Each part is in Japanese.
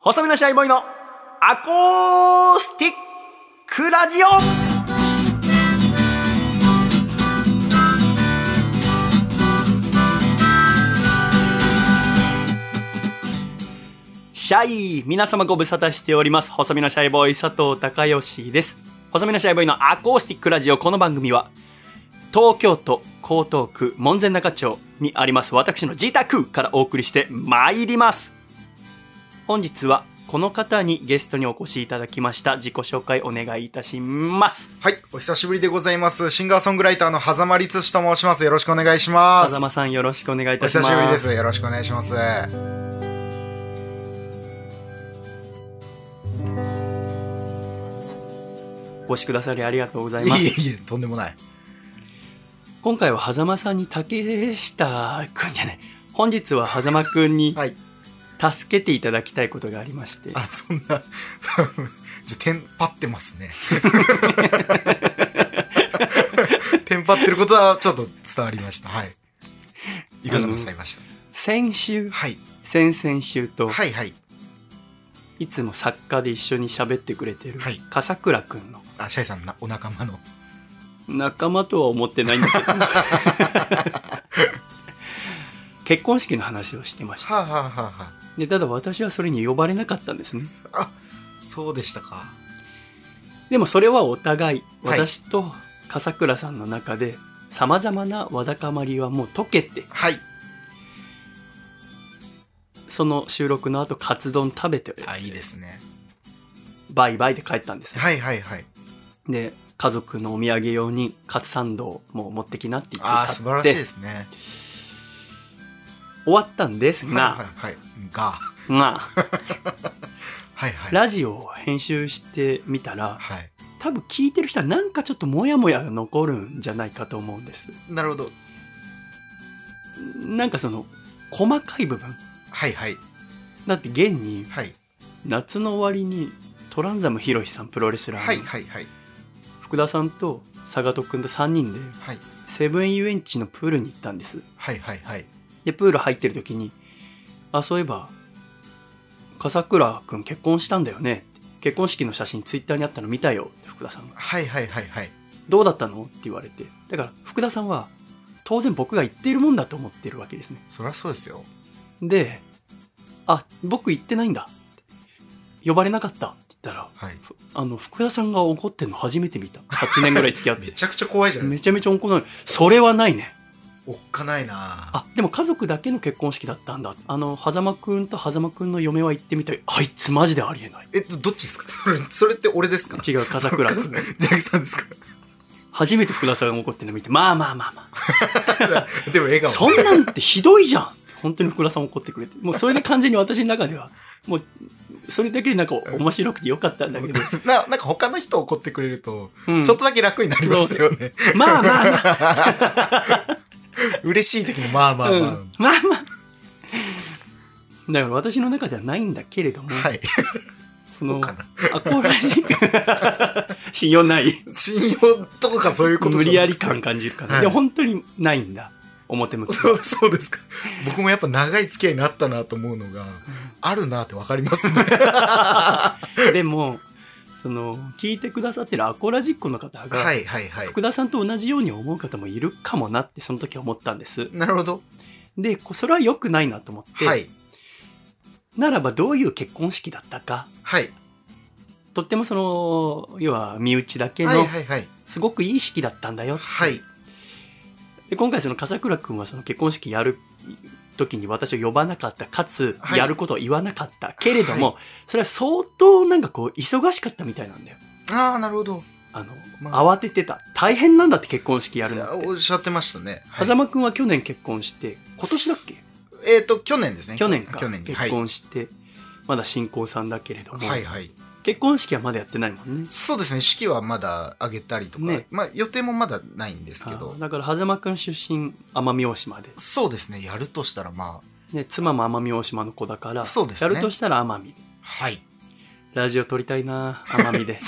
細身のシャイボーイのアコースティックラジオシャイ皆様ご無沙汰しております細身のシャイボーイ佐藤孝義です細身のシャイボーイのアコースティックラジオこの番組は東京都江東区門前仲町にあります私の自宅からお送りして参ります本日はこの方にゲストにお越しいただきました自己紹介お願いいたしますはい、お久しぶりでございます。シンガーソングライターの狭間律史と申します。よろしくお願いします。風間さんよろしくお願いいおたします久しぶりです。よろしくお願いします。はお越しくださりありがとうございいますえいえ、とんでもない。今回は狭間さんに竹下くんじゃない本日は狭間くんにはい。助けていただきたいことがありまして、あ、そんな、 じゃ、テンパってます ね。テンパってることはちょっと伝わりました。はい。いかがなさいました先週はい。先々週と、はいはい。い、つも作家で一緒に喋ってくれてる、はい笠倉くんのあ、シャイさんな、お仲間の。仲間とは思ってないんだ けど結婚式の話をしてましたはあ、はあはあはでただ私はそれに呼ばれなかったんですねあ、あ、そうでしたか。でもそれはお互いはい私と笠倉さんの中でさまざまなわだかまりはもう解けてはい。その収録の後カツ丼食べてあ、いいですね。バイバイで帰ったんですよはいはいはい。で家族のお土産用にカツサンドをもう持ってきなって言ってあー、素晴買っらしいでてすね。終わったんですはがいはいはい。が。がはいはい。ラジオを編集してみたらはい。多分聞いてる人はなんかちょっとモヤモヤが残るんじゃないかと思うんですなるほど。なんかその細かい部分はいはい。だって現にはい。夏の終わりにトランザムヒロシさんプロレスラはいーのはいはい。福田さんと佐賀戸君と3人ではい。セブン遊園地のプールに行ったんですはいはいはい。でプール入ってる時に「あそういえば笠倉君結婚したんだよね」って結婚式の写真ツイッターにあったの見たよって福田さんがはいはいはいはい。 「どうだったの?」って言われてだから福田さんは当然僕が言っているもんだと思ってるわけですねそりゃそうですよ。で「あ僕行ってないんだ」呼ばれなかったって言ったらはい。あの福田さんが怒ってんの初めて見た8年ぐらい付き合ってめちゃくちゃ怖いじゃないで めすちゃめちゃ怒らないそれはないねか。おっかないなああでも家族だけの結婚式だったんだあの狭間くんと狭間くんの嫁は行ってみたいあいつマジでありえないえっと、どっちですか それ、それって俺ですか違う笠倉ジャギさんですか初めて福田さんが怒ってるの見てまあまあまあまでも笑あ顔。そんなんてひどいじゃん本当に福田さん怒ってくれてもうそれで完全に私の中ではもうそれだけでなんか面白くてよかったんだけど、な、なんか他の人怒ってくれると、うんちょっとだけ楽になりますよね。まあまあまあ 嬉しい時もまあまあまあ。うん まあまあだから私の中ではないんだけれども、はい。そどのうかなアコーラジ ック信用ない信用とかそういうこと無じゃ理やないり感感じるから、はいでも本当にないんだ表向きそうそうですか。僕もやっぱ長い付き合いになったなと思うのが、あるなってわか りますね。はでもその聞いてくださってるアコラジックの方が、いはいはい。福田さんと同じように思う方もいるかもなってその時思ったんですなるほど。でこそれは良くないなと思って、はい。ならばどういう結婚式だったかはい。とってもその要は身内だけはいのはいはい。すごくいい式だったんだよってはい。で今回その笠倉君はその結婚式やる時に私を呼ばなかったかつはいやることを言わなかった、けれども、はそれは相当なんかこう忙しかったみたいなんだよああ、なるほど。あの、まあ慌ててた大変なんだって結婚式やるいのっやておっしゃってましたね。はい風間君は去年結婚して今年だっけえっと、去年ですね。去年か去年に。は結い。婚して、まだ新婚さんだけれども、はいはい。結婚式はまだやってないもんねそうですね。式はまだ上げたりとかね、まあ予定もまだないんですけあどー、だから風間君出身奄美大島で、そうですね。やるとしたらまね、妻も奄美大島の子だから、そうですやねるとしたら奄美あ、はい。 ラジオ撮りたいな奄美で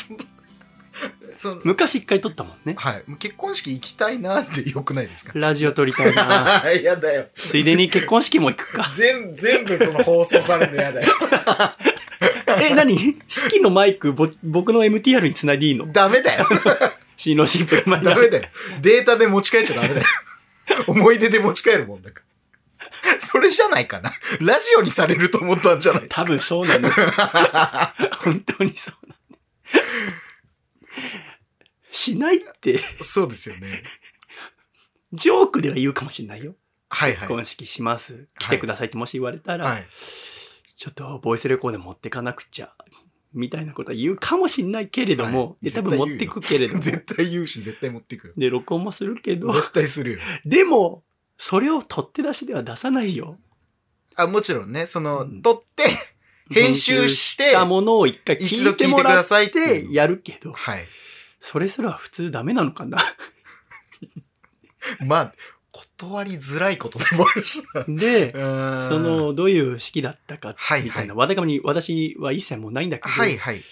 その昔一回撮ったもんね。はい。もう結婚式行きたいなってよくないですか ラジオ撮りたいな。ああ、やだよ。ついでに結婚式も行く か。全、全部その放送されるのやだよ。え、何式のマイク、ぼ僕の MTR につないでいいのダメだよ。シーノシープルマイダ メだよ。データで持ち帰っちゃダメだよ。思い出で持ち帰るもんだから。それじゃないかな。ラジオにされると思ったんじゃないです多か。分そうなの。 本当にそうなんだ。しないって、そうですよね。ジョークでは言うかもしれないよ。はいはい。結婚式します。来てくださいってもし言われたら、はい。ちょっとボイスレコーダー持ってかなくちゃ、みたいなことは言うかもしれないけれども、はいで多分持ってくけれども、絶対言うし、絶対持ってくよ。で、録音もするけど、絶対するよ。でも、それを取って出しでは出さないよ。あ、もちろんね、その、うん撮って、編集してたものを一回一度聞い聞ていもてくらだっさいってて。やるけど、はい。それすら普通ダメなのかな。まあ、断りづらいことでもあるしな。で、そそ、の、どういう式だったかはいは、いみたいな。わだかまに私は一切もうないんだけど、はいはい。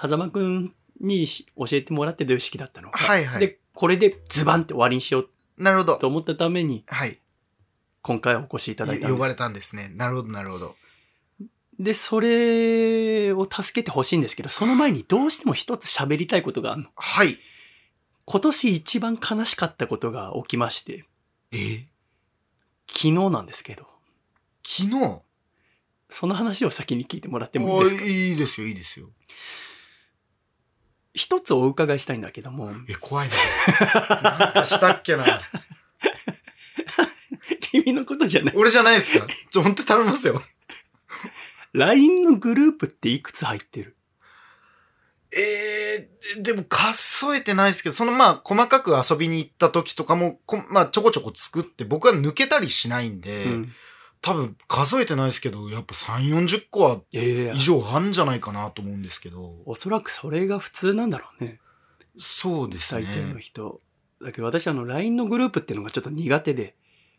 狭間くんにし教えてもらってどういう式だったのか。はいはい。で、これでズバンって終わりにしようなるほどと。思ったために、はい。今回お越しいただいたん呼ばです。れたんですね。なるほどなるほど。で、それを助けてほしいんですけど、その前にどうしても一つ喋りたいことがあるの。はい。今年一番悲しかったことが起きまして、えー昨日なんですけど、昨日その話を先に聞いてもらってもいいおですかいいですよ、いいですよ。一つお伺いしたいんだけども、 え、怖いな。なんかしたっけな。君のことじゃない。俺じゃないですか。ちょ、本当に頼みますよ。 LINE のグループっていくつ入ってるえー、でも、数えてないですけど、そのまあ、細かく遊びに行った時とかも、こまあ、ちょこちょこ作って、僕は抜けたりしないんで、うん多分数えてないですけど、やっぱ3、40個はええ以上あんじゃないかなと思うんですけど。おそらくそれが普通なんだろうね。そうです大ね。抵の人。だけど私あの LINE のグループっていうのがちょっと苦手で、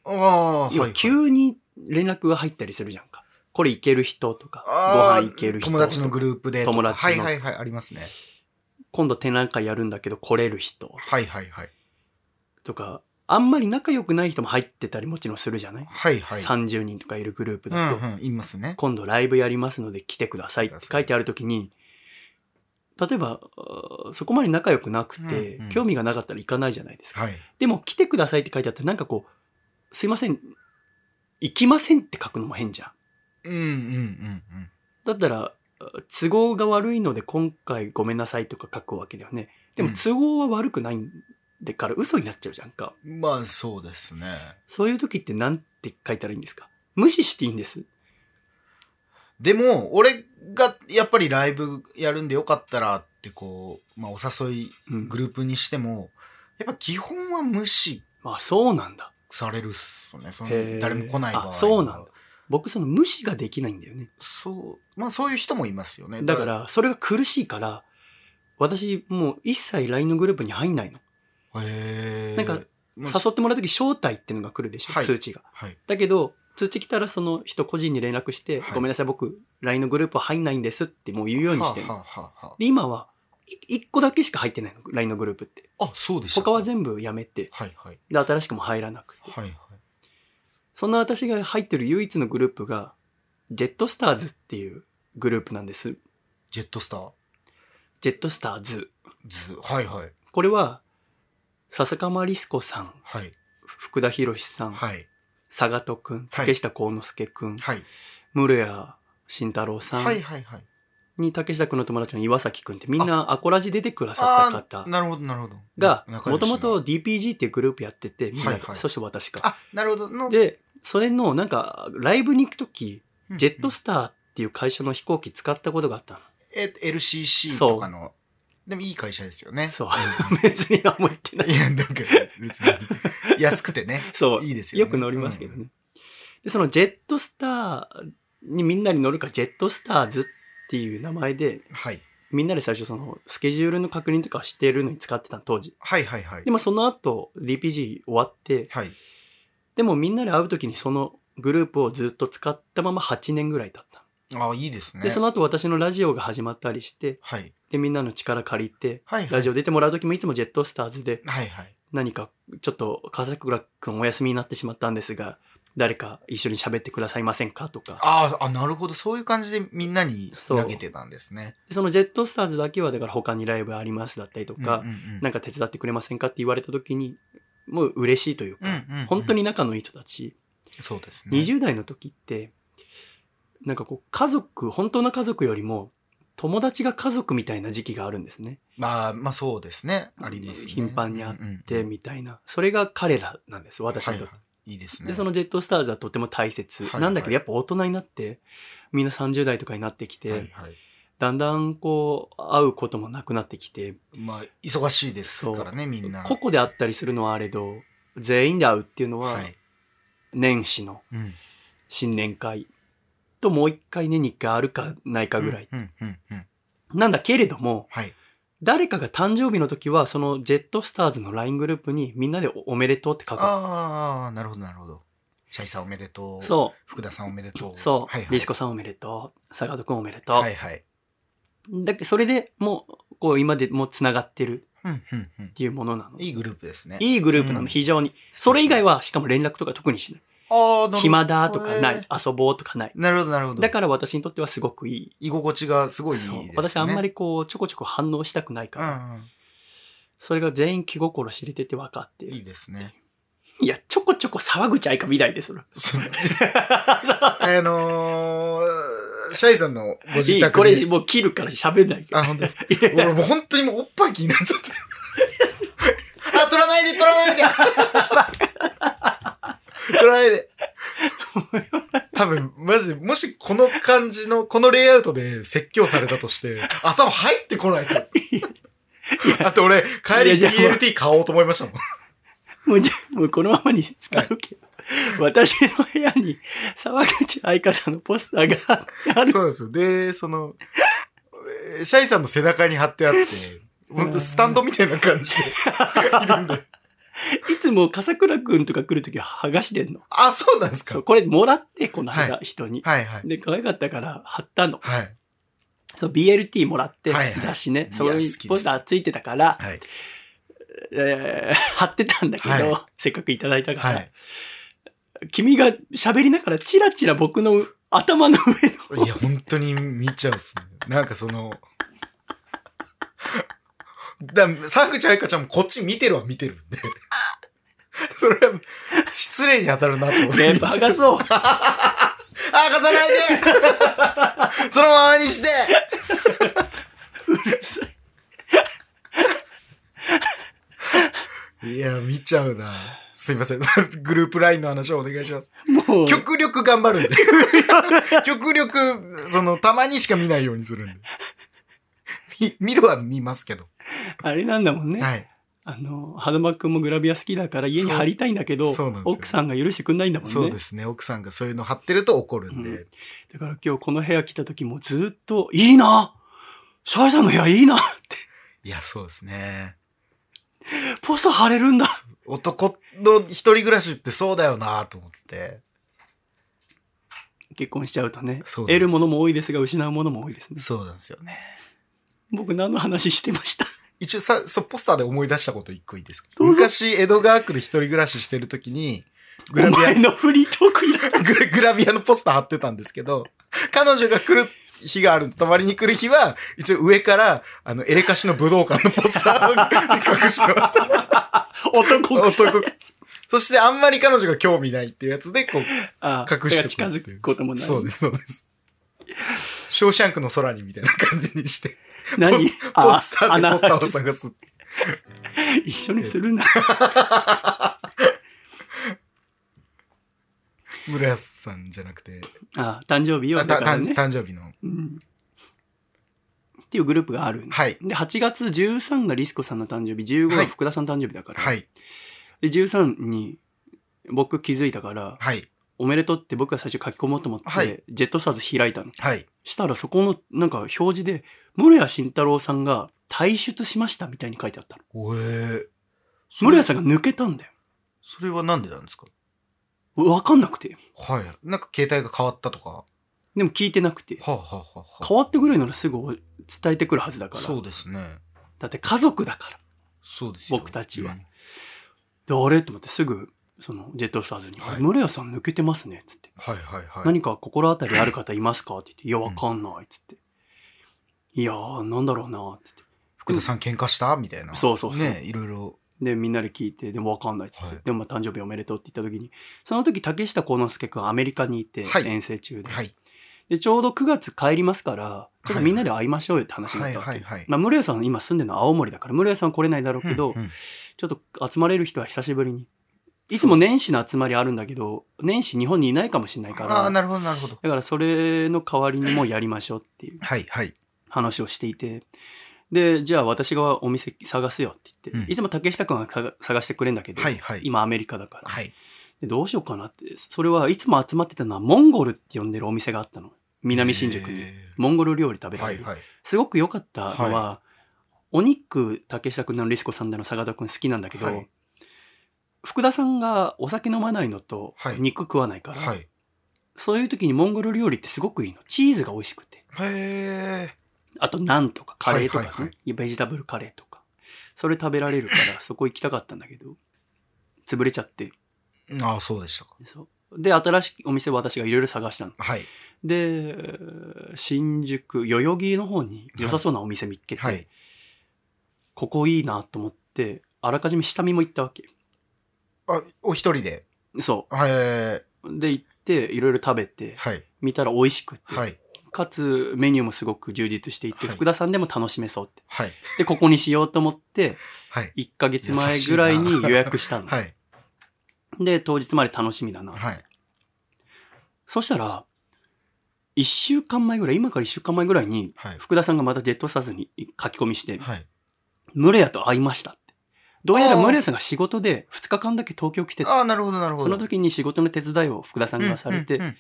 ああ、はい、は。要はい急に連絡が入ったりするじゃんか。これいける人とか、あーご飯いける人と友か。達のグループでとか。友達のはいはいはい、ありますね。今度展覧会やるんだけど来れる人はいはいはい。とか、あんまり仲良くない人も入ってたりもちろんするじゃない、はいはい。 ?30 人とかいるグループうだと、んうん、いますね。今度ライブやりますので来てくださいって書いてあるときに、例えば、あーそこまで仲良くなくて、うんうん興味がなかったら行かないじゃないですか。はい。でも、来てくださいって書いてあって、なんかこう、すいません、行きませんって書くのも変じゃん。うんうんうんうん。だったら、あー都合が悪いので今回ごめんなさいとか書くわけだよね。でもうん都合は悪くないんでから嘘になっちゃうじゃんか。まあそうですね。そういう時ってなんて書いたらいいんですか無視していいんです。でも、俺がやっぱりライブやるんでよかったらってこう、まあお誘いうんグ。ループにしても、やっぱ基本は無視まあそうなんだ。されるっすね。そのへー誰も来ない場合はあそうなんだ僕その無視ができないんだよね。そう、まあそういう人もいますよね。だから、それが苦しいから、私、もう一切 LINE のグループに入んないの。ら、へーなんか、まあ誘ってもらうとき、招待ってのが来るでしょ、はい通知が。はい。だけど、通知来たらその人個人に連絡して、はいごめんなさい、僕、LINE のグループ入んないんですってもう言うようにしてる。はあはあはで、今は、い一個だけしか入ってないの、LINE のグループって。あ、あそうでした。他は全部やめて、はいはい。で、新しくも入らなくて。はいはい。そんな私が入ってる唯一のグループが、ジェットスターズっていうグループなんです。ジェットスタージェットスターズ。ズ。はいはい。これは、笹川リス子さん、はい。福田博さん、はい。佐賀戸くん、はい竹下幸之助くん、はい。室屋慎太郎さんに、はいはいはい。竹下くんの友達の岩崎くんってみんなアコラジ出てくださっあたあー、方なるほどなるほど。が、仲も良しとねもと DPG っていうグループやってて、みんなではいはいそして私か。あ、なるほど。の、で、それのなんか、ライブに行くとき、うんジェットスターっていう会社の飛行機使ったことがあったの。えっと、LCC とかの。でもいい会社ですよね。そう。別に何も言ってないい。や、なんか 別に。安くてね。そう。いいですよね。よく乗りますけどうんね。で、そのジェットスターにみんなに乗るから、ジェットスターズっていう名前で、はい。みんなで最初そのスケジュールの確認とかをしてるのに使ってたの当時。はいはいはいで。もその後 DPG 終わって、はい。でもみんなで会う時にそのグループをずっと使ったまま8年ぐらい経った。ああ、いいですね。で、その後私のラジオが始まったりして、はい。で、みんなの力借りて、はいはいラジオ出てもらう時もいつもジェットスターズで、はいはい。何か、ちょっと、笠倉くんお休みになってしまったんですが、誰か一緒に喋ってくださいませんかとか。あーあ、なるほど。そういう感じでみんなにそう投げてたんですね。でそのジェットスターズだけは、だから他にライブありますだったりとか、うんうんうんなんか手伝ってくれませんかって言われた時に、もう嬉しいというか、うんうんうん本当に仲のいい人たち、そうですね。 20代の時って、なんかこう、家族、本当の家族よりも、友達が家族みたいな時期があるんですね。まあ、まあそうですね。ありますね。頻繁に会っうんうんうんで、みたいな。それが彼らなんです、私にとって。はいはいいいですね。で、そのジェットスターズはとても大切はいはいなんだけど、やっぱ大人になって、みんな30代とかになってきて、はいはいだんだんこう、会うこともなくなってきて、まあ、忙しいですからね、みんな。個々で会ったりするのはあれど、全員で会うっていうのはは、い。年始のうん。新年会ともう一回年に一回あるかないかぐらい。うんうんうん。なんだけれども、はい。誰かが誕生日の時は、そのジェットスターズの LINE グループにみんなでおおめでとうって書く。ああ、なるほどなるほど。シャイさんおめでとう。そ福田さんおめでう、とう。そう、はいはい、リスコさんおめでとう、坂戸くんおめでとう。はいはい。だけそれでもう、こう今でもう繋がってるうんうんうんっ。ていうものなの。いいグループですね。いいグループなうの、ん非常に。それ以外は、しかも連絡とか特にしない。あーなるほど暇だとかなへい。遊ぼうとかない。ーなるほどなるほど。だから私にとってはすごくいい。居心地がすごいいいですそうね。私あんまりこう、ちょこちょこ反応したくないかうら、んうん。それが全員気心知れてて分かっていいる。ですね。いや、ちょこちょこ騒ぐちゃいかみたいです。そ あのー、シャイさんのご自いい宅こにれもう切るから喋んないけどあ、本当ですか。いやいや俺もう本当にもうおっぱい気になっち ゃった。あ、取らないで、取らないで。取らないで。多分、マジ、もしこの感じの、このレイアウトで説教されたとして、 頭入ってこないと。あと俺、帰いりやじゃあ BLT 買おうと思いましたもん。もうじゃもうこのままに使うけど、私の部屋に沢口愛香さんのポスターがある。そうなんですよ。で、その、えーシャイさんの背中に貼ってあ って、本当スタンドみたいな感じで。いつも笠倉くんとか来るときは剥がしてんの。 あ、そうなんですそかう。これもらって、この剥が、人に。はいはい。で、可愛かったから貼ったの。はい。そう、BLT もらって、はいはい雑誌ね。やそこに好きですポスターついてたから、はい。えー貼ってたんだけど、はせっかくいただいたから、はい。君が喋りながらチラチラ僕の頭の上のいや、本当に見ちゃうっすね。なんかその、だ沢口愛香ちゃんもこっち見てるは見てるん で。それは、失礼に当たるなと思って。 全部剥がそう。あ、剥がさないでそのままにしてうるさい。いや、見ちゃうな。すいません。グループラインの話をお願いします。もう、極力頑張るんで。 極力、その、たまにしか見ないようにするんで。み見るは見ますけど。あれなんだもんね。はい。あの、花間くんもグラビア好きだから家に貼りたいんだけど、そうそうなんですよ奥さんが許してくんないんだもんね。そうですね。奥さんがそういうの貼ってると怒るんで。うんだから今日この部屋来た時もずっと、いいなシャイさんの部屋いいないや、そうですね。ポスター貼れるんだ男の一人暮らしってそうだよなと思って。結婚しちゃうとね。そうです得るものも多いですが、失うものも多いですね。そうなんですよね。僕何の話してました一応さ、そう、ポスターで思い出したこと一個いいですかどうぞ昔、江戸川区で一人暮らししてる時に、グラビおア前のフリートークいらないグラグラビアのポスター貼ってたんですけど、彼女が来る日がある、泊まりに来る日は、一応上から、あの、エレカシの武道館のポスターを隠して ま男す臭い。 男そしてあんまり彼女が興味ないっていうやつで、こう、あ隠して近づくこともない。そうです、そうです。ショーシャンクの空にみたいな感じにして、ポ何スポあスターで穴ポスターを探す。一緒にするな。村安さんじゃなくて、あ誕生日あよ。ただからたね。誕生日の。うんっていうグループがあるんではい。で、8月13がリスコさんの誕生日、15はがい福田さんの誕生日だから。はい。で、13に僕気づいたから、はい。おめでとうって僕が最初書き込もうと思って、はいジェットスターズ開いたの。はい。したらそこのなんか表示で、室谷慎太郎さんが退出しましたみたいに書いてあったの。おえー。そ室れ谷さんが抜けたんだよ。それはなんでなんですかわかんなくて。はい。なんか携帯が変わったとか。はでも聞いてなくて。あ、はあはあはあ変わったぐらいならすぐ伝えてくるはずだから。そうですね。だって家族だから。そうですよ僕たちはうんで、あれと思ってすぐ、その、ジェットスターズに、はい室屋さん抜けてますね、つって。はいはいはい。何か心当たりある方います かって言って、いや、わかんない、つって。いやー、なんだろうな、つって。福田さん喧嘩したみたいな。そうそうそうね、いろいろ。で、みんなで聞いて、でもわかんない、つって。はいでも、まあ、誕生日おめでとうって言った時に、その時、竹下幸之助くんアメリカにいて、はい遠征中で、はい。で、ちょうど9月帰りますから、ちょっとみんなで会いましょうよって話になはっいたわけ。はいはい。まあ、室屋さん今住んでるのは青森だから、室屋さんは来れないだろうけど、うんうんちょっと集まれる人は久しぶりに。いつも年始の集まりあるんだけど、年始日本にいないかもしれないかああ、ら、なるほどなるほど。だからそれの代わりにもうやりましょうっていうはいはい。話をしていて、で、じゃあ私がお店探すよって言って、うんいつも竹下くんがかが探してくれんだけど、はいはい。今アメリカだから、はい。でどうしようかなって、それはいつも集まってたのはモンゴルって呼んでるお店があったの。南新宿に。へモンゴル料理食べーらはれる。いはい。すごく良かったのは、はお肉竹下くんのリスコさんだの坂田くん好きなんだけど、はい福田さんがお酒飲まないのとはい肉食わないから、はい。へそういう時にモンゴル料理ってすごくいいのチーズが美味しくてえ。あとナンとかカレーとかね、はいはいはベジタブルカレーとかそれ食べられるから そこ行きたかったんだけど潰れちゃってああ、そうでしたか。そうで新しいお店私がいろいろ探したのはい。で新宿代々木の方に良さそうなお店見っけて、はい。ここいいなと思って、あらかじめ下見も行ったわけ。あ、お一人で。そはい。はい。う。で、行って、いろいろ食べて、はい。見たら美味しくて、はい。かつメニューもすごく充実していて、はい福田さんでも楽しめそうって。はい。で、ここにしようと思って、はい。 1ヶ月前ぐらいに予約したの。はい。で、当日まで楽しみだな。はい。そしたら、1週間前ぐらい、今から1週間前ぐらいに、はい。福田さんがまたジェットスターズに書き込みして、はい。ムレヤと会いましたって。どうやらあームレヤさんが仕事で2日間だけ東京来てた。ああ、なるほどなるほそど。の時に仕事の手伝いを福田さんがされて、うんうんうん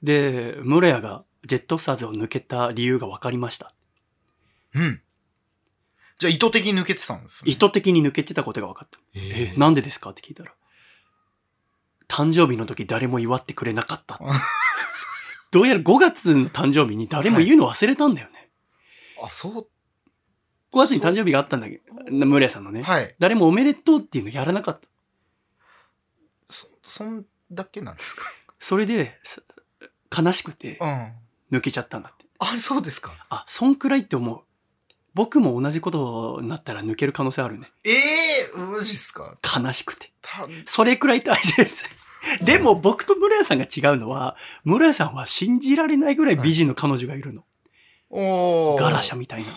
で、室屋がジェットスターズを抜けた理由が分かりました。うん。じゃあ意図的に抜けてたんですね。意図的に抜けてたことが分かった。えええなんでですかって聞いたら、誕生日の時誰も祝ってくれなかった。どうやら5月の誕生日に誰も言うの忘れたんだよね。あ、そ5月に誕生日があったんだけど、室屋さんのう。ね。はい。誰もおめでとうっていうのやらなかった。そ、そんだけなんですか。それで、す悲しくてうん。抜けちゃったんだって。あ、そうですか。あ、そんくらいって思う。僕も同じことになったら抜ける可能性あるね。ええマジっすか。悲しくて。た、それくらい大事です。でも僕と村屋さんが違うのは、村屋さんは信じられないぐらい美人の彼女がいるの。おお。ガラシャみたいな。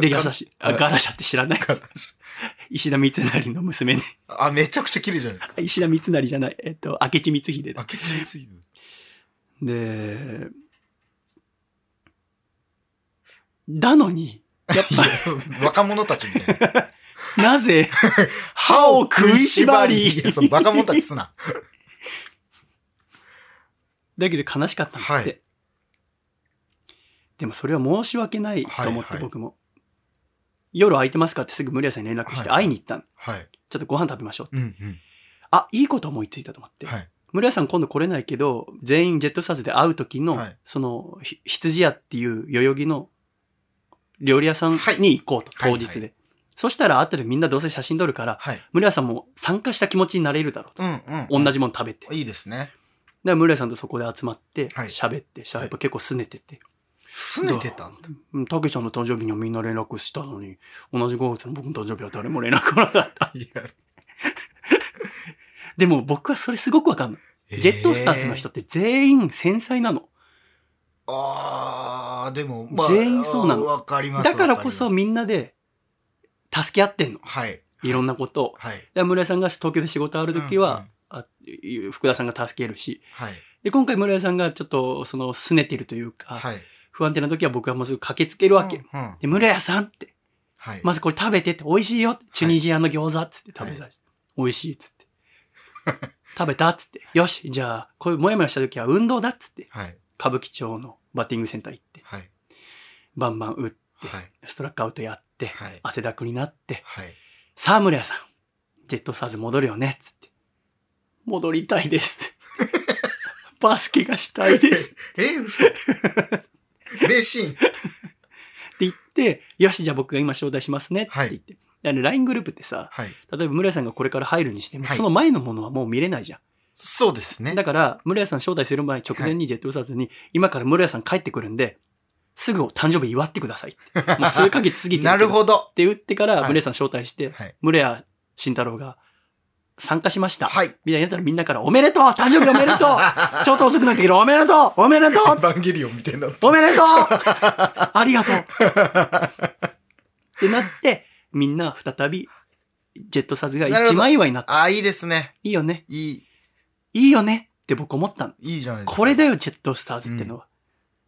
で、優がしい。あ、はいガラシャって知らないガラシ石田三成の娘ね。ャ。あ、めちゃくちゃ綺麗じゃないですか。石田三成じゃない。えっと、明智光秀だあ、ケチついて るで、だのに、やっいやそう若者たちみたい な。ぱ、なぜ、歯を食いしばりいやそのバカ者たちすな。だけど悲しかったんだって。はいでもそれは申し訳ないと思っはいてはい僕も。夜空いてますかってすぐ無理屋さんに連絡しては会いいに行ったの。はい。ちょっとご飯食べましょうって。うんうん。あ、いいこと思いついたと思って。はい。無理屋さん今度来れないけど、全員ジェットスターズで会う時の、はいその、ひ羊屋っていう代々木の料理屋さんはいに行こうと、はい当日で。そしたら後でみんなどうせ写真撮るから、はい。無理屋さんも参加した気持ちになれるだろうと。うんうん。同じもの食べて。いいですね。で、村井さんとそこで集まって、はい喋って、したらやっぱ結構拗ねてて。すねてたんだ。 うんたけちゃんの誕生日にはみんな連絡したのに、同じ5月の僕の誕生日は誰も連絡来なかった。 いや、でも僕はそれすごくわかんない。ジェットスターズの人って全員繊細なの。ああ、でも、全員そうなのわかります。だからこそわかりみんなで助け合ってんのま。すはい。いろんなことを。はい。で村井さんが東京で仕事ある時うんうはん、あ福田さんが助けるし。はい。で、今回村井さんがちょっとその拗ねてるというか、はい。不安定な時は僕はもうすぐ駆けつけるわけ。うんうんで、村屋さんって。はい。まずこれ食べてって、美味しいよって。チュニジアの餃子っつって食べさせて。美味しいっつって。 食べたっつって。よし、じゃあ、こういうもやもやした時は運動だっつって。はい。歌舞伎町のバッティングセンター行って、はい。バンバン打って、はい。ストラックアウトやって、はい汗だくになって、はい。さあ、村屋さん、ジェットサーズ戻るよねっつって。戻りたいです。 バ スケがしたいです。え、嘘名シーン。って言っって、よし、じゃあ僕が今招待しますねって言って。であの LINE グループってさ、はい。例えば村井さんがこれから入るにしても、はいその前のものはもう見れないじゃん。そうですね。だから、村屋さん招待する前に直前にジェットウサーズに、今から村屋さん帰ってくるんで、すぐお誕生日祝ってくださいって。もう数ヶ月過ぎてけ なるっほど。て打ってから、はい村屋さん招待して、はい。村屋慎太郎が参加しました。はい。みたいになったらみんなから、おめでとう誕生日おめでとう ちょっと遅くなってけど、おめでとうおめでとエヴァンゲリオンみたいな。うおめで とうありがとうってなって、みんな再び、ジェットサーズが一枚岩になった。ああ、いいですね。いいよね。いい、いいよねって僕思ったの。いいじゃないですか。これだよ、ジェットスターズってのは。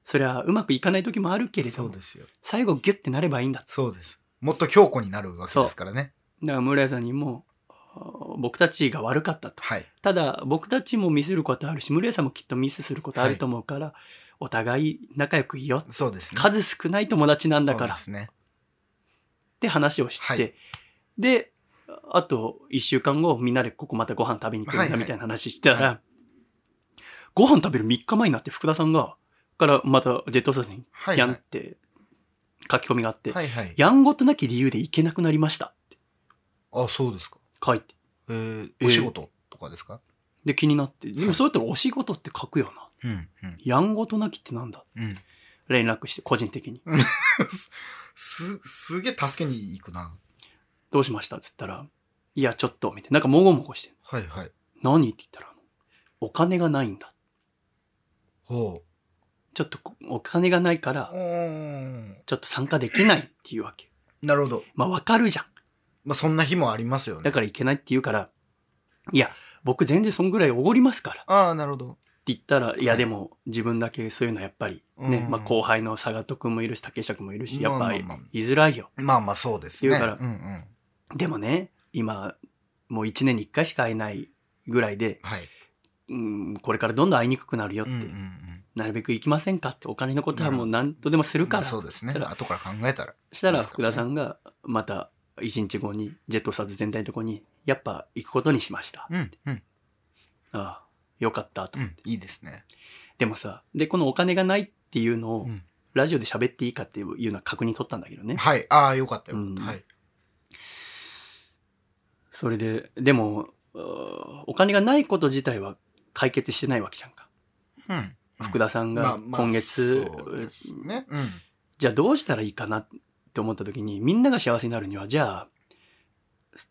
そりゃ、うまくいかない時もあるけれどそうも、ですよ。最後ギュッてなればいいんだ。そうです。もっと強固になるわけですからね。だから村屋さんにも、あー僕たちが悪かったと。はい。ただ、僕たちもミスることあるし、村屋さんもきっとミスすることあると思うから、お互い仲良くいいよ。そうですね。数少ない友達なんだからそうっですね。て話をして、はいで、あと一週間後、みんなでここまたご飯食べに来るはんいだはいみたいな話したら、はご飯食べる3日前になって福田さんが、からまたジェットスターズにはい、やはんっい。て書き込みがあって、はいはい。やんごとなき理由で行けなくなりましたってあ、そうですか。書いて。えーえーお仕事とかですかで、気になって。ではもいそうやったらお仕事って書くよな。うん。うん。やんごとなきってなんだうん。 連絡して、個人的に。す、すげえ助けに行くな。どうしましたっつったら、いや、ちょっと、みたいな。なんかもごもごして。はいはい。何って言ったら、お金がないんだ。ほちょっとこお金がないかう。ら、ん。ちょっと参加できないっていうわけ。なるほど。まあわかるじゃん。まあ、そんな日もありますよねだ。から行けないって言うから、いや、僕全然そんぐらいおごりますから。ああ、なるほっど。て言ったら、いやでも自分だけそういうのはやっぱりね、うんまあ後輩の佐賀戸くんもいるし、竹下くんもいるし、やっまあぱまありまあ言いづらいよ。まあまあ、そうですね。言うからうんうん。でもね、今、もう1年に1回しか会えないぐらいで、はい。うん、これからどんどん会いにくくなるよっうて、んうんうん。なるべく行きませんかって、お金のことはもうう何とでもするかまら、あ、そうですね。ただ後から考えたら。したらですか福らね田さんがまた1日後に、ジェットサーズ全体のとこに、やっぱ行くことにしました。うんうん。ああ、よかったと。うん。いいですね。でもさ、で、このお金がないっていうのを、うんラジオで喋っていいかっていうのは確認取ったんだけどね。はい。ああ、よかったようん。はい。それで、でも、うーお金がないこと自体は解決してないわけじゃんか。うん。福田さんまがあまあ今月、そうですね。うん。じゃあどうしたらいいかなって思った時に、みんなが幸せになるには、じゃあ、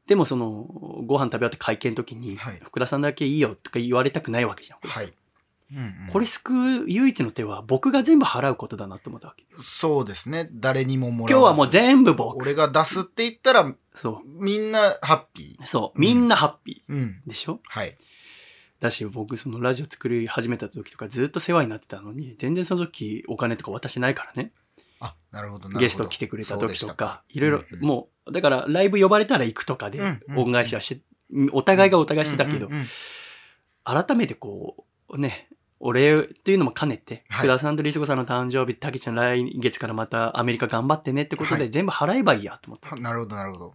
でもその、ご飯食べ終わって会見の時に、はい福田さんだけいいよとか言われたくないわけじゃん。はい。うんうんこれ救う唯一の手は僕が全部払うことだなって思ったわけ。そうですね。誰にももら今日はもう全全部僕。俺が出すって言ったら、そみんなハッピう。そう。みんなハッピー。うん。ー。でしょはい。だし僕そのラジオ作り始めた時とかずっと世話になってたのに全然その時お金とか渡してないからねあ、なるほど、なるほど。ゲスト来てくれた時とそうでしたかいろいろうんうんもうだからライブ呼ばれたら行くとかでうんうん恩返しはしてお互いがお互いしてたけどうんうんうん改めてこうねお礼っていうのも兼ねて、はい福田さんとリスコさんの誕生日、たけちゃん来月からまたアメリカ頑張ってねってことはで全部払えばいいやと思って。はなるほど、なるほど。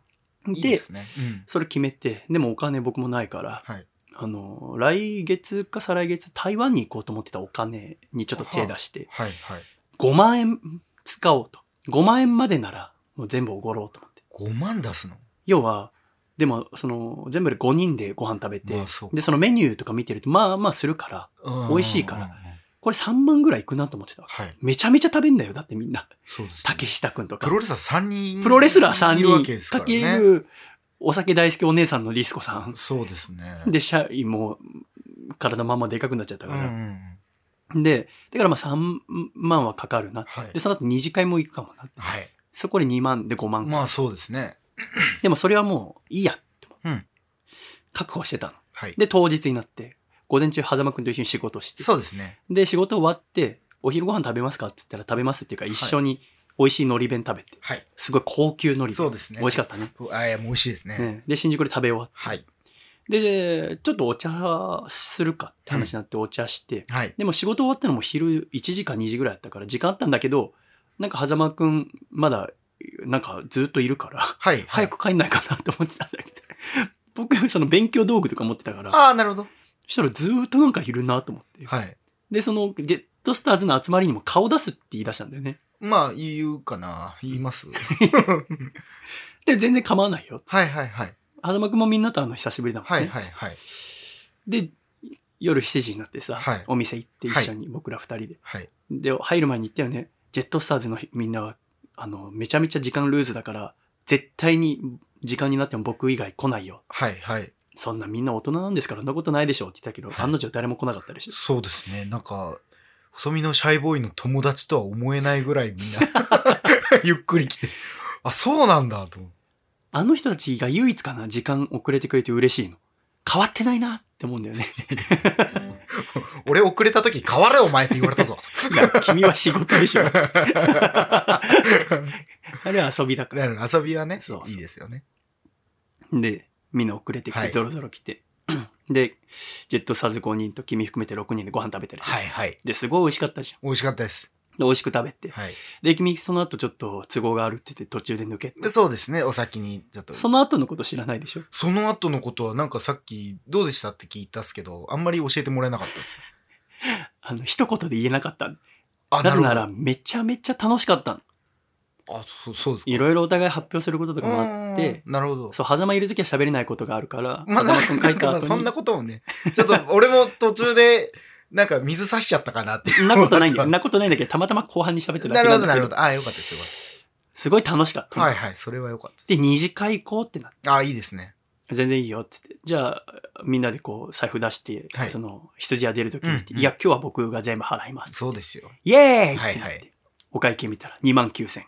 いいでですね。うん。それ決めて、でもお金僕もないから、はい。あの、来月か再来月台湾に行こうと思ってたお金にちょっと手出して、はい、はい。 5万円使おうと。5万円までなら、もう全部おごろうと思って。 5万出すの要は、でも、その、全部で5人でご飯食べて、まあそうかで、そのメニューとか見てると、まあまあするから、うん美味しいからうんうんうんこれ3万ぐらいいくなと思ってたわ。はい。めちゃめちゃ食べんだよ。だってみんな。そうですね。竹下くんとプか。ロレスラー3人。プロレスラー3いるわけで人。すかからけね。る、お酒大好きお姉さんのリスコさん。そうですね。 で、社員も、体まんまでかくなっちゃったうんかうんうら。ん。で、だからまあ3万はかかるな。はいで、。その後2次会も行くかもな。はい。そこで2万で5万まあそうですね。でもそれはもういいやって思って、うん確保してたの。はい。で、当日になって、午前中、狭間くんと一緒に仕事して、そうですね。で、仕事終わって、お昼ご飯食べますかって言ったら食べますっていうか、一緒に美味しい海苔弁食べて、はい。すごい高級海苔弁。そうですね。美味しかったね。こうあいや、もう美味しいですね。ねで、新宿で食べ終わっはい。て、で、ちょっとお茶するかって話になってお茶して、はい。でも仕事終わったのも昼1時か2時ぐらいだったから時間あったんだけど、なんか狭間くんまだなんかずっといるから、はい。はい早。く帰んないかなと思ってたんだけど、 僕その勉強道具とか持ってたから、そああ、なるほど。したらずーっとなんかいるなと思って。はい。で、そのジェットスターズの集まりにも顔出すって言い出したんだよね。まあ、言うかな。言い ます。で、全然構わないよ。はいはいはい。狭間くんもみんなと会うの久しぶりだもんね。はいはいはい。で、夜7時になってさ、はいお店行って一緒に僕ら二人で。はい。で、入る前に言ったよね。ジェットスターズのみんなは、あの、めちゃめちゃ時間ルーズだから、絶対に時間になっても僕以外来ないよ。はいはい。そんなみんな大人なんですから、そんなことないでしょうって言ったけど、はい案の定誰も来なかったでしょ。そうですね。なんか、細身のシャイボーイの友達とは思えないぐらいみ んな、ゆっくり来て。あ、そうなんだ、と思う。あの人たちが唯一かな、時間遅れてくれて嬉しいの。変わってないなって思うんだよね。俺遅れた時変われお前って言われた ぞ。いや、君は仕事でしょ。 あれは遊びだから。なるほど遊びはねそうそういいですよね。で、みんな遅れてきはて、いゾロゾロ来て。 で、ジェットサーズ5人と君含めて6人でご飯食べたり。はいはい。で、すごい美味しかったじゃん。美味しかったです。で、美味しく食べて。はい。で、君、その後ちょっと都合があるって言って途中で抜けて。でそうですね、お先にちょっと。その後のこと知らないでしょその後のことはなんかさっきどうでしたって聞いたっすけど、あんまり教えてもらえなかったです。あの、一言で言えなかった。あ、なぜなるら、めちゃめちゃ楽しかったの。ほど。あ、そうそうですか。いろいろお互い発表することとかもあって、うんなるほど。そう、狭間いるときは喋れないことがあるから、ま狭あ、間なんかくんな書んいかたまあ後にそんなこともね、ちょっと俺も途中で、なんか水差しちゃったか なって。んなことないんだよ。んななことないんだけど、たまたま後半に喋ってるほど、なるほど。ど。あよかったです、よかっすごい楽しかったた。の。はいはい、それはよかったでで、二次会行こうってなって、す。あいいですね。全然いいよって言って。じゃあ、みんなでこう、財布出して、はいその、羊屋出るときに言って、うんうんいや、今日は僕が全部払います。そうですよ。イエーイってなって、はいはいお会計見たら2万9千。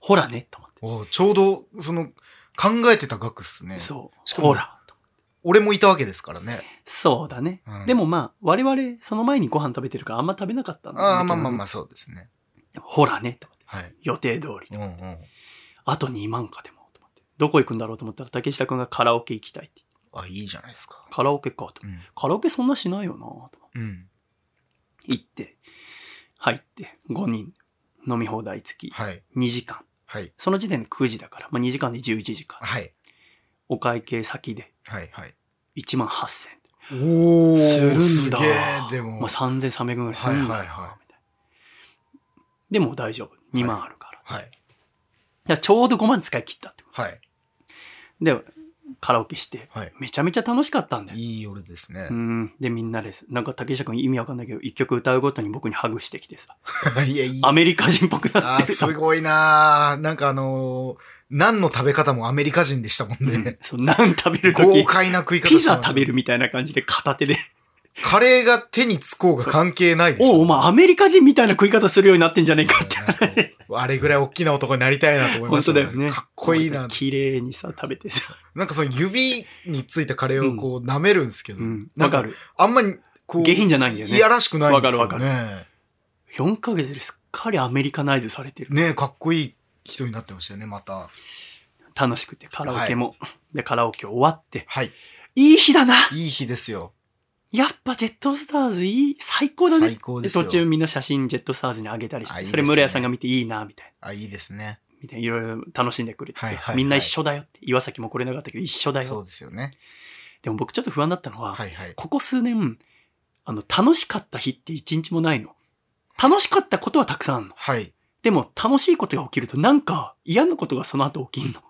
ほらね、と思って。おちょうど、その、考えてた額っすね。そう。しかもほら。と俺もいたわけですからね。そうだね、うんでもまあ、我々、その前にご飯食べてるからあんま食べなかったんだああ、まあまあまあ。あ、そうですね。ほらね、と思って。はい。予定通りうと。んうん。あと2万かでも、と思って。どこ行くんだろうと思ったら、竹下くんがカラオケ行きたいって。あ、いいじゃないですか。カラオケか、と思って。うん。カラオケそんなしないよなとうん。行って、入って、5人、飲み放題付き、はい。 2時間。はい。その時点で9時だから、まあ、2時間で11時か。はい。お会計先ではい。はい。 1万8000。おー、するんだ。すげえ、でも。まあ、3300ぐらいするんだよなはいはいはいみたいな。でも大丈夫。2万あるから。はい。だからちょうど5万使い切ったってこはい。と。で、カラオケして、はい。めちゃめちゃ楽しかったんだよ。いい夜ですねう。ん。で、みんなです。なんか竹下くん意味わかんないけど、一曲歌うごとに僕にハグしてきてさ、 いや、いいアメリカ人っぽくなっあーてさすごいなーなんかあのー何の食べ方もアメリカ人でしたもんうんね。そう、ナン食べると 豪き、快な食い方ピしてザました食べるみたいな感じで片手で、カレーが手につこうが関係ないでしおう、ょ。お前アメリカ人みたいな食い方するようになってんじゃねえかって。なんかあれぐらい大きな男になりたいなと思いま本した当だよね。かっこいいこなう。綺麗にさ、食べてさ。なんかその指についたカレーをこう舐めるんですけど、うん。なわんかかる。あんまりこう、下品じゃないんだよねいやらしくないんですよね。わかる4ヶ月ですっかりアメリカナイズされてる。ねえかっこいい人になってましたよね、また。楽しくて、カラオケも。 で、カラオケ終わって、はい。いい日だないい日ですよ。やっぱジェットスターズいい、最高だね。最高でですよ。途中みんな写真ジェットスターズにあげたりしあいて、いですねそれ村屋さんが見ていいな、みたいな。あ、いいですね。みたいな、いろいろ楽しんでくれてさはいはいはいみんな一緒だよって。岩崎も来れなかったけど一緒だそうよ。ですよね。でも僕ちょっと不安だったのは、はいはい。ここ数年、あの、楽しかった日って一日もないの。楽しかったことはたくさんあるの。はい。でも、楽しいことが起きると、なんか、嫌なことがその後起きるの。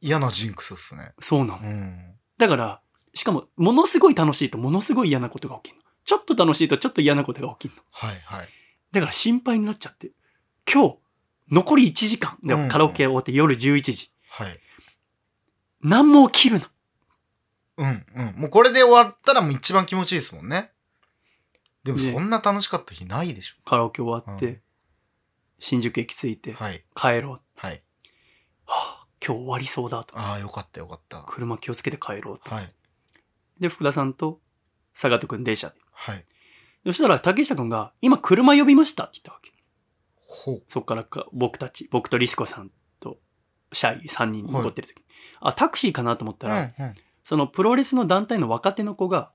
嫌なジンクスっすね。そうなのう。ん。だから、しかも、ものすごい楽しいと、ものすごい嫌なことが起きるの。ちょっと楽しいと、ちょっと嫌なことが起きるの。はいはい。だから、心配になっちゃって。今日、残り1時間。でうんカラオケ終わって夜11時。はい。何も起きるな。うんうん。もうこれで終わったらもう一番気持ちいいですもんね。でもねそんな楽しかった日ないでしょ。カラオケ終わって、うん新宿駅着いて、はい。帰ろう。はい。はあ、今日終わりそうだと。ああ、よかったよかった。車気をつけて帰ろうと。はい。で、福田さんと佐賀くん電車で。はい。そしたら竹下くんが、今車呼びましたって言ったわけ。ほう。そっからか僕たち、僕とリスコさんとシャイ3人残ってる時、あ、タクシーかなと思ったうんうら、ん。はそのプロレスの団体の若手の子が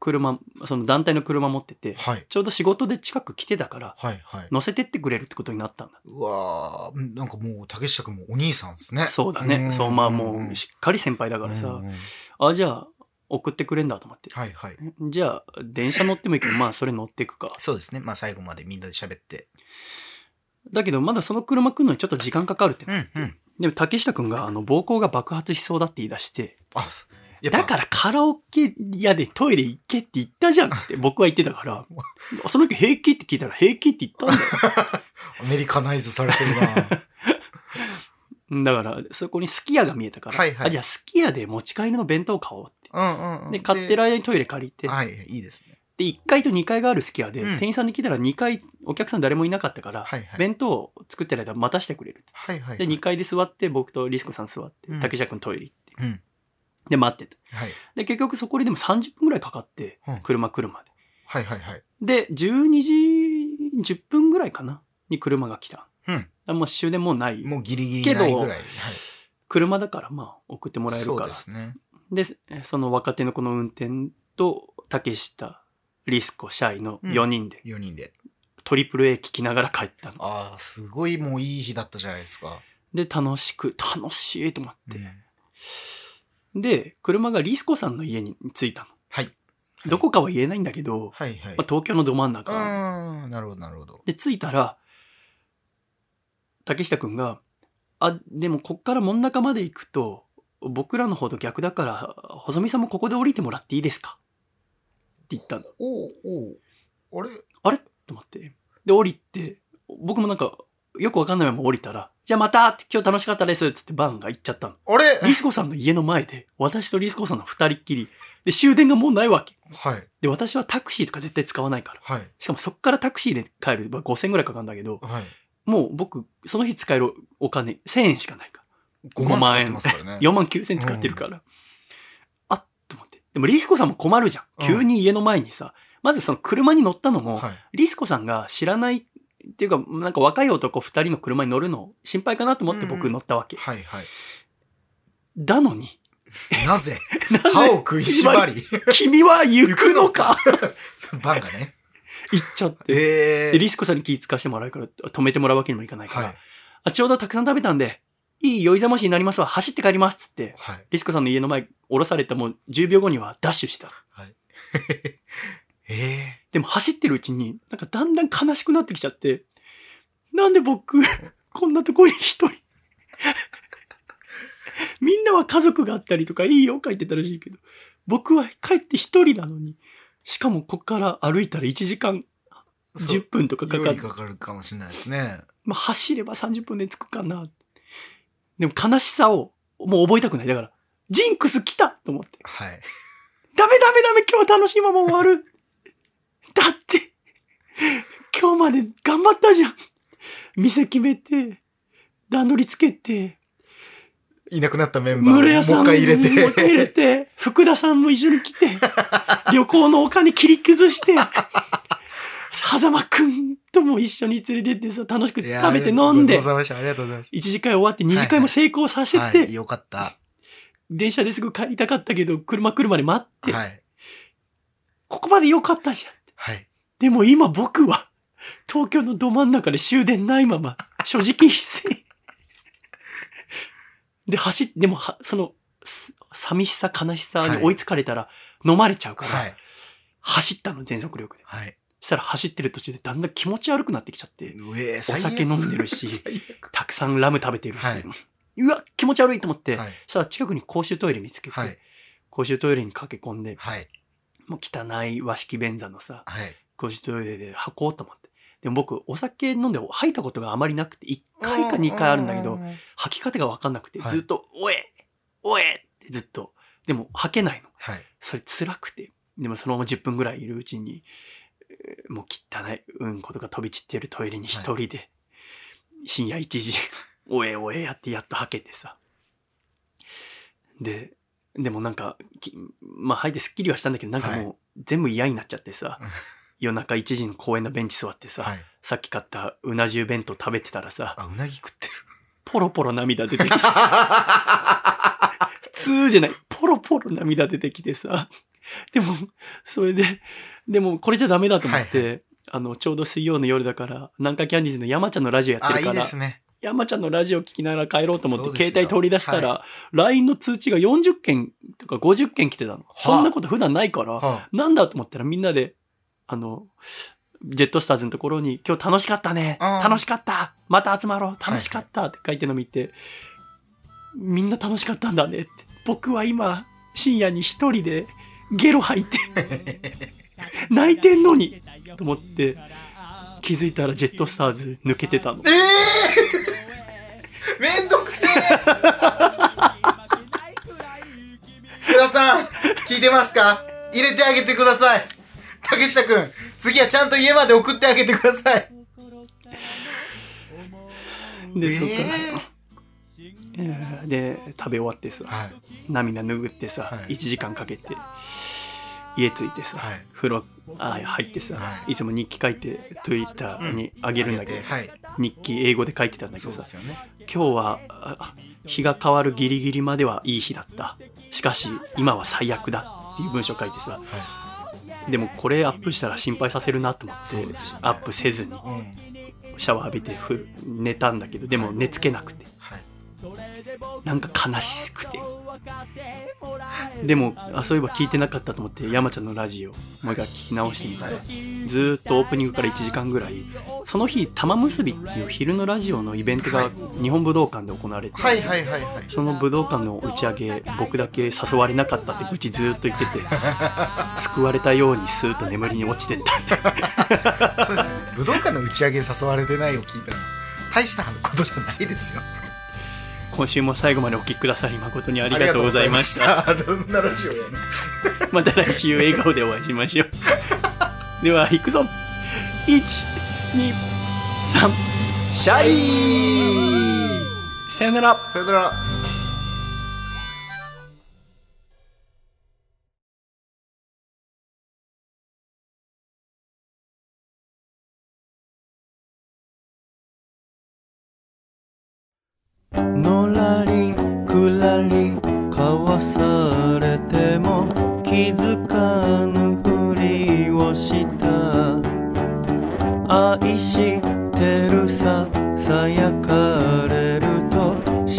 車、その団体の車持ってて、はい。ちょうど仕事で近く来てたから、はいはい。乗せてってくれるってことになったんだ。うわーなんかもう竹下くんもお兄さんですね。そうだね。んそう、まあもうしっかり先輩だだからさ、はいあ、じゃあ送ってくれんだと思って。はい。じゃあ電車乗ってもいいけど、まあそれ乗ってくか。そうですね。まあ最後までみんなで喋って。だけど、まだその車来るのにちょっと時間かかるって。うんうん。でも、竹下くんが、あの、暴行が爆発しそうだって言い出して、あ、すやっぱだからカラオケ屋でトイレ行けって言ったじゃんっつ って、僕は言ってたから、その時平気って聞いたら平気って言ったんだよアメリカナイズされてる な。 うん。だから、そこにすき家が見えたから、はいはいあじゃあすき家で持ち帰りの弁当買おうって。うんうんうん。で、買ってる間にトイレ借りて、はい、いいですね。で、1階と2階があるすき家で、うん店員さんに聞いたら2階、お客さん誰もいなかったから、はいはい。弁当を作ってる間待たしてくれるっつっはいはい。て。で、2階で座って、僕とリスコさん座ってう、ん竹下くんトイレ行って。うん。で、待ってた。はい。で、結局そこででも30分くらいかかってうん、車来るまで。はいはいはい。で、12時10分ぐらいかなに車が来た。うん。もう終電もうない。もうギリギリないぐらい。はい。車だからまあ送ってもらえるそかうらですね。でその若手のこの運転と竹下リスコシャイの4人で、 4人で。トリプル A 聞きながら帰ったのああ、すごいもういい日だったじゃないですか。で楽しく楽しいと思って、うんで車がリスコさんの家に着いたの、はい。どこかは言えないんだけど、はいはいまあ、。東京のど真ん中、うん、なるほどなるほど。で着いたら竹下くんが「あでもこっから真ん中まで行くと僕らの方と逆だから細見さんもここで降りてもらっていいですか?」って言ったのおうおうあれあれと思って。で、降りて、僕もなんか、よくわかんないまま降りたら、じゃあまたって今日楽しかったですっつってバンが行っちゃったの。あれリスコさんの家の前で、私とリスコさんの二人っきり。で、終電がもうないわけ。はいで、私はタクシーとか絶対使わないから。はいしかもそっからタクシーで帰れば5000ぐらいかかるんだけど、はい。もう僕、その日使えるお金1000円しかないか5万使ってますから ねら。。4万9000使ってるから。あっと思って。でもリスコさんも困るじゃん。急に家の前にさ、まずその車に乗ったのも、はい。リスコさんが知らないっていうか、なんか若い男二人の車に乗るの心配かなと思ってうんう僕ん乗ったわけ。はいはい。だのに、なぜな歯をぜ食いしばり。君は行くの かバンがね。行っちゃって。えで、リスコさんに気ぃ使わしてもらうから、止めてもらうわけにもいかないから、はい。あ、ちょうどたくさん食べたんで、いい酔いざましになりますわ、走って帰りますっつって、はい。リスコさんの家の前、降ろされたもう10秒後にはダッシュした。はい。 ええでも走ってるうちに、なんかだんだん悲しくなってきちゃって、なんで僕、 こんなとこに一人。 みんなは家族があったりとか、いいよ、書いてたらしいけど、僕は帰って一人なのに、しかもこっから歩いたら1時間そう10分とかかかよるり。かかるかもしれないですね。まあ、走れば30分で着くかな。でも悲しさをもう覚えたくない。だから、ジンクス来たと思って。はい。ダメダメダメ今日は楽しいまま終わる。だって、今日まで頑張ったじゃん。店決めて、段取りつけて、いなくなったメンバーをもう室屋さん一回入れて。もう一回入れて、福田さんも一緒に来 て、旅行のお金切り崩して、狭間くんとも一緒に連れてってさ、楽しくいや 食べて飲んでごち、そうさまでした。ありがとうございまし一次会終わって二次会も成功させた。はい。て、よかった。電車ですぐ帰りたかったけど、車来るまで待って、はい。ここまで良かったじゃん。はい。でも今僕は、東京のど真ん中で終電ないまま、所持金必須。 で、走っ、でもは、その、す寂しさ、悲しさに追いつかれたら、飲まれちゃうから、はい。走ったの、全速力で。はい。したら走ってる途中でだんだん気持ち悪くなってきちゃって、うえ、おお酒飲んでる し最たくさんラム食べてるし、はいうわ、気持ち悪いと思って、悪。はい。したら近くに公衆トイレ見つけて、はい。公衆トイレに駆け込んで、はい。もう汚い和式便座のさ、はい。公衆トイレで履こうと思って。でも僕、お酒飲んで吐いたことがあまりなくて、1回か2回あるんだけど、。吐き方がわかんなくて、はいずっと、おえおえってずっと。でも吐けないの。はい。それ辛くて。でもそのまま10分ぐらいいるうちに、えーもう汚いうんことが飛び散ってるトイレに一人で、深夜1時、 おえおえやってやっと吐けてさ。で、でもなんか、きまあ吐いてスッキリはしたんだけど、なんかはもう全部嫌になっちゃってさうん、夜中1時の公園のベンチ座ってさ、はい。さっき買ったうな重弁当食べてたらさ、あ、うなぎ食ってる。ポロポロ涙出てきて、ツーじゃない、ポロポロ涙出てきてさ。 でも、それで、でもこれじゃダメだと思って、はあの、ちょうど水曜の夜だから、南海キャンディーズの山ちゃんのラジオやって あ、るいかいでら、すね。山ちゃんのラジオ聞きながら帰ろうと思ってそうですよ携帯取り出したら、LINE の通知が40件とか50件来てたの。あそんなこと普段ないから、はなんだと思ったらみんなで、あの、ジェットスターズのところに、今日楽しかったねあー楽しかったまた集まろう楽しかったって書いてるの見て、みんな楽しかったんだねって。僕は今、深夜に一人でゲロ吐い て、泣いてんのにと思って、気づいたらジェットスターズ抜けてたの。ええー、めんどくせえ福田さん、聞いてますか入れてあげてください。竹下くん、次はちゃんと家まで送ってあげてください。で、そっからえーえーで、食べ終わってさ、はい。涙拭ってさ、はい1時間かけて家着いてさ、はい風呂あ入ってさ、、はいつも日記書いて Twitter にあげるんだけどさ、はい。日記英語で書いてたんだけそどうさですよね。今日はあ日が変わるギリギリまではいい日だったしかし今は最悪だっていう文章書いてさはでもこれアップしたら心配させるなと思って、そうですよねアップせずにい。うん。シャワー浴びてふ寝たんだけどでも寝つけなくてはい。なんか悲しくてでもあそういえば聞いてなかったと思って山ちゃんのラジオもう一回聞き直してみた、はいずーっとオープニングから1時間ぐらいその日玉結びっていう昼のラジオのイベントが日本武道館で行われて、はいはいはいはい。その武道館の打ち上げ僕だけ誘われなかったって愚痴ずーっと言ってて救われたようにスーッと眠りに落ちてったそうですね。武道館の打ち上げに誘われてないを聞いたら、大したことじゃないですよ。今週も最後までお聴きくださり誠にありがとうございましたありがとうございました。どんなラジオやねん。 また来週笑顔でお会いしましょう。 では、行くぞ !1、2、3、シャイさよならさよなら。のらりくらりかわされても気づかぬふりをした愛してるささやかれると幸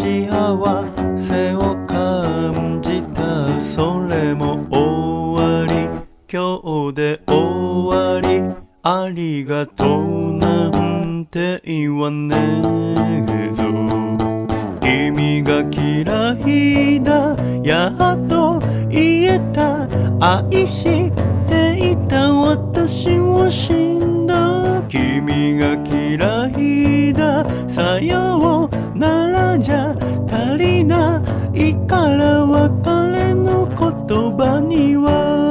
せを感じたそれも終わり今日で終わりありがとうなんて言わねえぞ君が嫌いだやっと言えた愛していた私は死んだ君が嫌いださようならじゃ足りないから別れの言葉には